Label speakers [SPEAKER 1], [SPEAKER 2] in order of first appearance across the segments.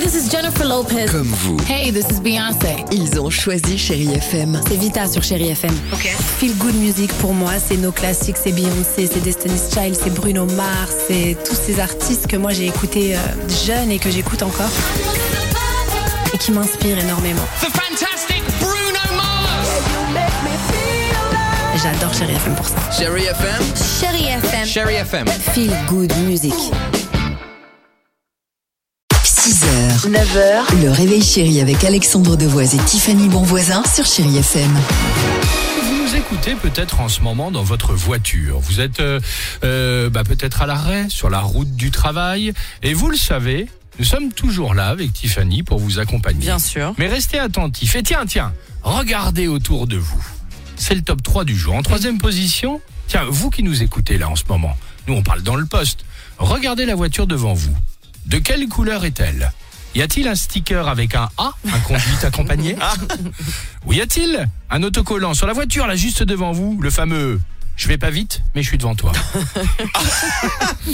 [SPEAKER 1] This is Jennifer Lopez.
[SPEAKER 2] Comme vous,
[SPEAKER 1] Hey, this is Beyoncé.
[SPEAKER 3] Ils ont choisi Chérie FM.
[SPEAKER 1] C'est Vita sur Chéri FM.
[SPEAKER 3] Ok.
[SPEAKER 4] Feel Good Music pour moi, c'est nos classiques, c'est Beyoncé, c'est Destiny's Child, c'est Bruno Mars, c'est tous ces artistes que moi j'ai écoutés euh, jeune et que j'écoute encore et qui m'inspirent énormément.
[SPEAKER 5] The fantastic Bruno Mars.
[SPEAKER 4] J'adore Chérie FM pour ça.
[SPEAKER 2] Chérie FM,
[SPEAKER 1] Chéri FM.
[SPEAKER 5] Sherry FM.
[SPEAKER 3] Feel Good Music. 6h, 9h, le réveil chéri avec Alexandre Devoise et Tiffany Bonvoisin sur Chérie FM.
[SPEAKER 6] Vous nous écoutez peut-être en ce moment dans votre voiture. Vous êtes euh, euh, bah, peut-être à l'arrêt, sur la route du travail. Et vous le savez, nous sommes toujours là avec Tiffany pour vous accompagner.
[SPEAKER 7] Bien sûr.
[SPEAKER 6] Mais restez attentifs. Et tiens, tiens, regardez autour de vous. C'est le top 3 du jour. En troisième position, tiens, vous qui nous écoutez là en ce moment, nous on parle dans le poste. Regardez la voiture devant vous. De quelle couleur est-elle Y a-t-il un sticker avec un A, un conduite accompagnée Ou y a-t-il un autocollant sur la voiture là juste devant vous, le fameux je vais pas vite, mais je suis devant toi.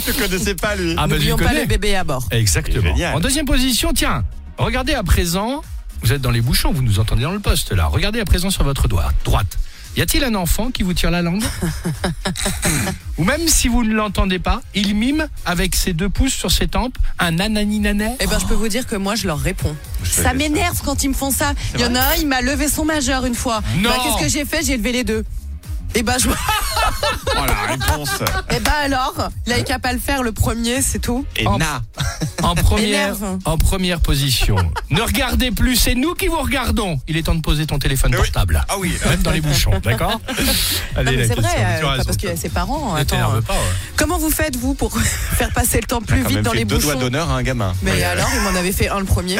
[SPEAKER 5] Je connaissais pas lui.
[SPEAKER 6] Ah, bah, tu
[SPEAKER 7] N'oublions pas
[SPEAKER 6] connais.
[SPEAKER 7] le bébé à bord.
[SPEAKER 6] Exactement.
[SPEAKER 5] Génial.
[SPEAKER 6] En deuxième position, tiens, regardez à présent, vous êtes dans les bouchons, vous nous entendez dans le poste là. Regardez à présent sur votre doigt, droite. Y a-t-il un enfant qui vous tire la langue Ou même si vous ne l'entendez pas, il mime avec ses deux pouces sur ses tempes un ananinanet.
[SPEAKER 7] Eh ben, je peux vous dire que moi, je leur réponds.
[SPEAKER 5] fais
[SPEAKER 7] Ça
[SPEAKER 5] ça.
[SPEAKER 7] m'énerve quand ils me font ça. Il y en a un, il m'a levé son majeur une fois.
[SPEAKER 6] Non.
[SPEAKER 7] Bah, qu'est-ce que j'ai fait J'ai levé les deux. Eh ben, je...
[SPEAKER 5] Oh la réponse. Ah,
[SPEAKER 7] eh ben alors, il avait qu'à pas le faire le premier, c'est tout.
[SPEAKER 5] Et
[SPEAKER 6] Oh.
[SPEAKER 5] na.
[SPEAKER 6] En première,
[SPEAKER 7] M'énerve.
[SPEAKER 6] en première position. ne regardez plus, c'est nous qui vous regardons. Il est temps de poser ton téléphone
[SPEAKER 5] Eh oui.
[SPEAKER 6] portable.
[SPEAKER 5] Ah oui.
[SPEAKER 6] Même dans les bouchons, d'accord Allez,
[SPEAKER 7] Non, mais
[SPEAKER 6] la
[SPEAKER 7] c'est vrai,
[SPEAKER 6] question,
[SPEAKER 7] euh,
[SPEAKER 6] tu as
[SPEAKER 7] pas
[SPEAKER 6] raison.
[SPEAKER 7] parce qu'il y a ses parents.
[SPEAKER 6] Ne
[SPEAKER 7] Attends,
[SPEAKER 6] t'énerve
[SPEAKER 7] euh,
[SPEAKER 6] pas, ouais.
[SPEAKER 7] comment vous faites, vous, pour faire passer le temps plus
[SPEAKER 5] Quand
[SPEAKER 7] vite
[SPEAKER 5] même
[SPEAKER 7] dans
[SPEAKER 5] fait
[SPEAKER 7] les
[SPEAKER 5] deux doigts
[SPEAKER 7] bouchons
[SPEAKER 5] d'honneur à un gamin.
[SPEAKER 7] Mais alors, il m'en avait fait un le premier.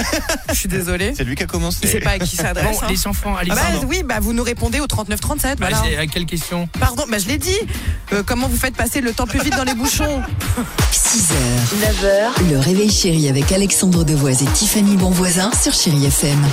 [SPEAKER 7] Je suis désolée.
[SPEAKER 5] C'est lui qui a commencé.
[SPEAKER 7] Il sait pas à qui s'adresse.
[SPEAKER 6] Bon,
[SPEAKER 7] hein.
[SPEAKER 6] les enfants, allez,
[SPEAKER 7] Ah bah,
[SPEAKER 6] pardon.
[SPEAKER 7] oui, bah vous nous répondez au 39-37,
[SPEAKER 6] Bah,
[SPEAKER 7] voilà.
[SPEAKER 6] c'est- à quelle question
[SPEAKER 7] Pardon, bah je l'ai dit. Euh, comment vous faites passer le temps plus vite dans les bouchons
[SPEAKER 3] 6h, 9h, le réveil chéri avec Alexandre Devoise et Tiffany Bonvoisin sur Chérie FM.